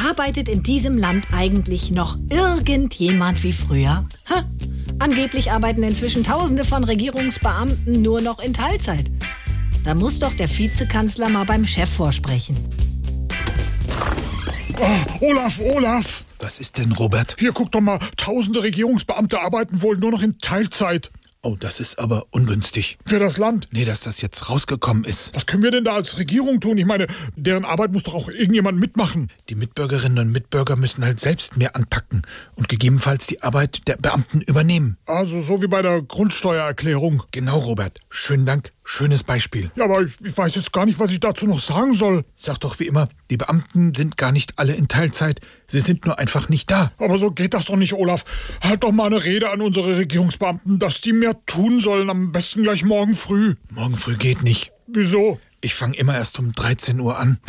Arbeitet in diesem Land eigentlich noch irgendjemand wie früher? Ha? Angeblich arbeiten inzwischen Tausende von Regierungsbeamten nur noch in Teilzeit. Da muss doch der Vizekanzler mal beim Chef vorsprechen. Oh, Olaf, Olaf! Was ist denn, Robert? Hier, guck doch mal, tausende Regierungsbeamte arbeiten wohl nur noch in Teilzeit. Oh, das ist aber ungünstig. Für das Land. Nee, dass das jetzt rausgekommen ist. Was können wir denn da als Regierung tun? Ich meine, deren Arbeit muss doch auch irgendjemand mitmachen. Die Mitbürgerinnen und Mitbürger müssen halt selbst mehr anpacken und gegebenenfalls die Arbeit der Beamten übernehmen. Also so wie bei der Grundsteuererklärung. Genau, Robert. Schönen Dank. Schönes Beispiel. Ja, aber ich, ich weiß jetzt gar nicht, was ich dazu noch sagen soll. Sag doch wie immer, die Beamten sind gar nicht alle in Teilzeit. Sie sind nur einfach nicht da. Aber so geht das doch nicht, Olaf. Halt doch mal eine Rede an unsere Regierungsbeamten, dass die mehr tun sollen, am besten gleich morgen früh. Morgen früh geht nicht. Wieso? Ich fange immer erst um 13 Uhr an.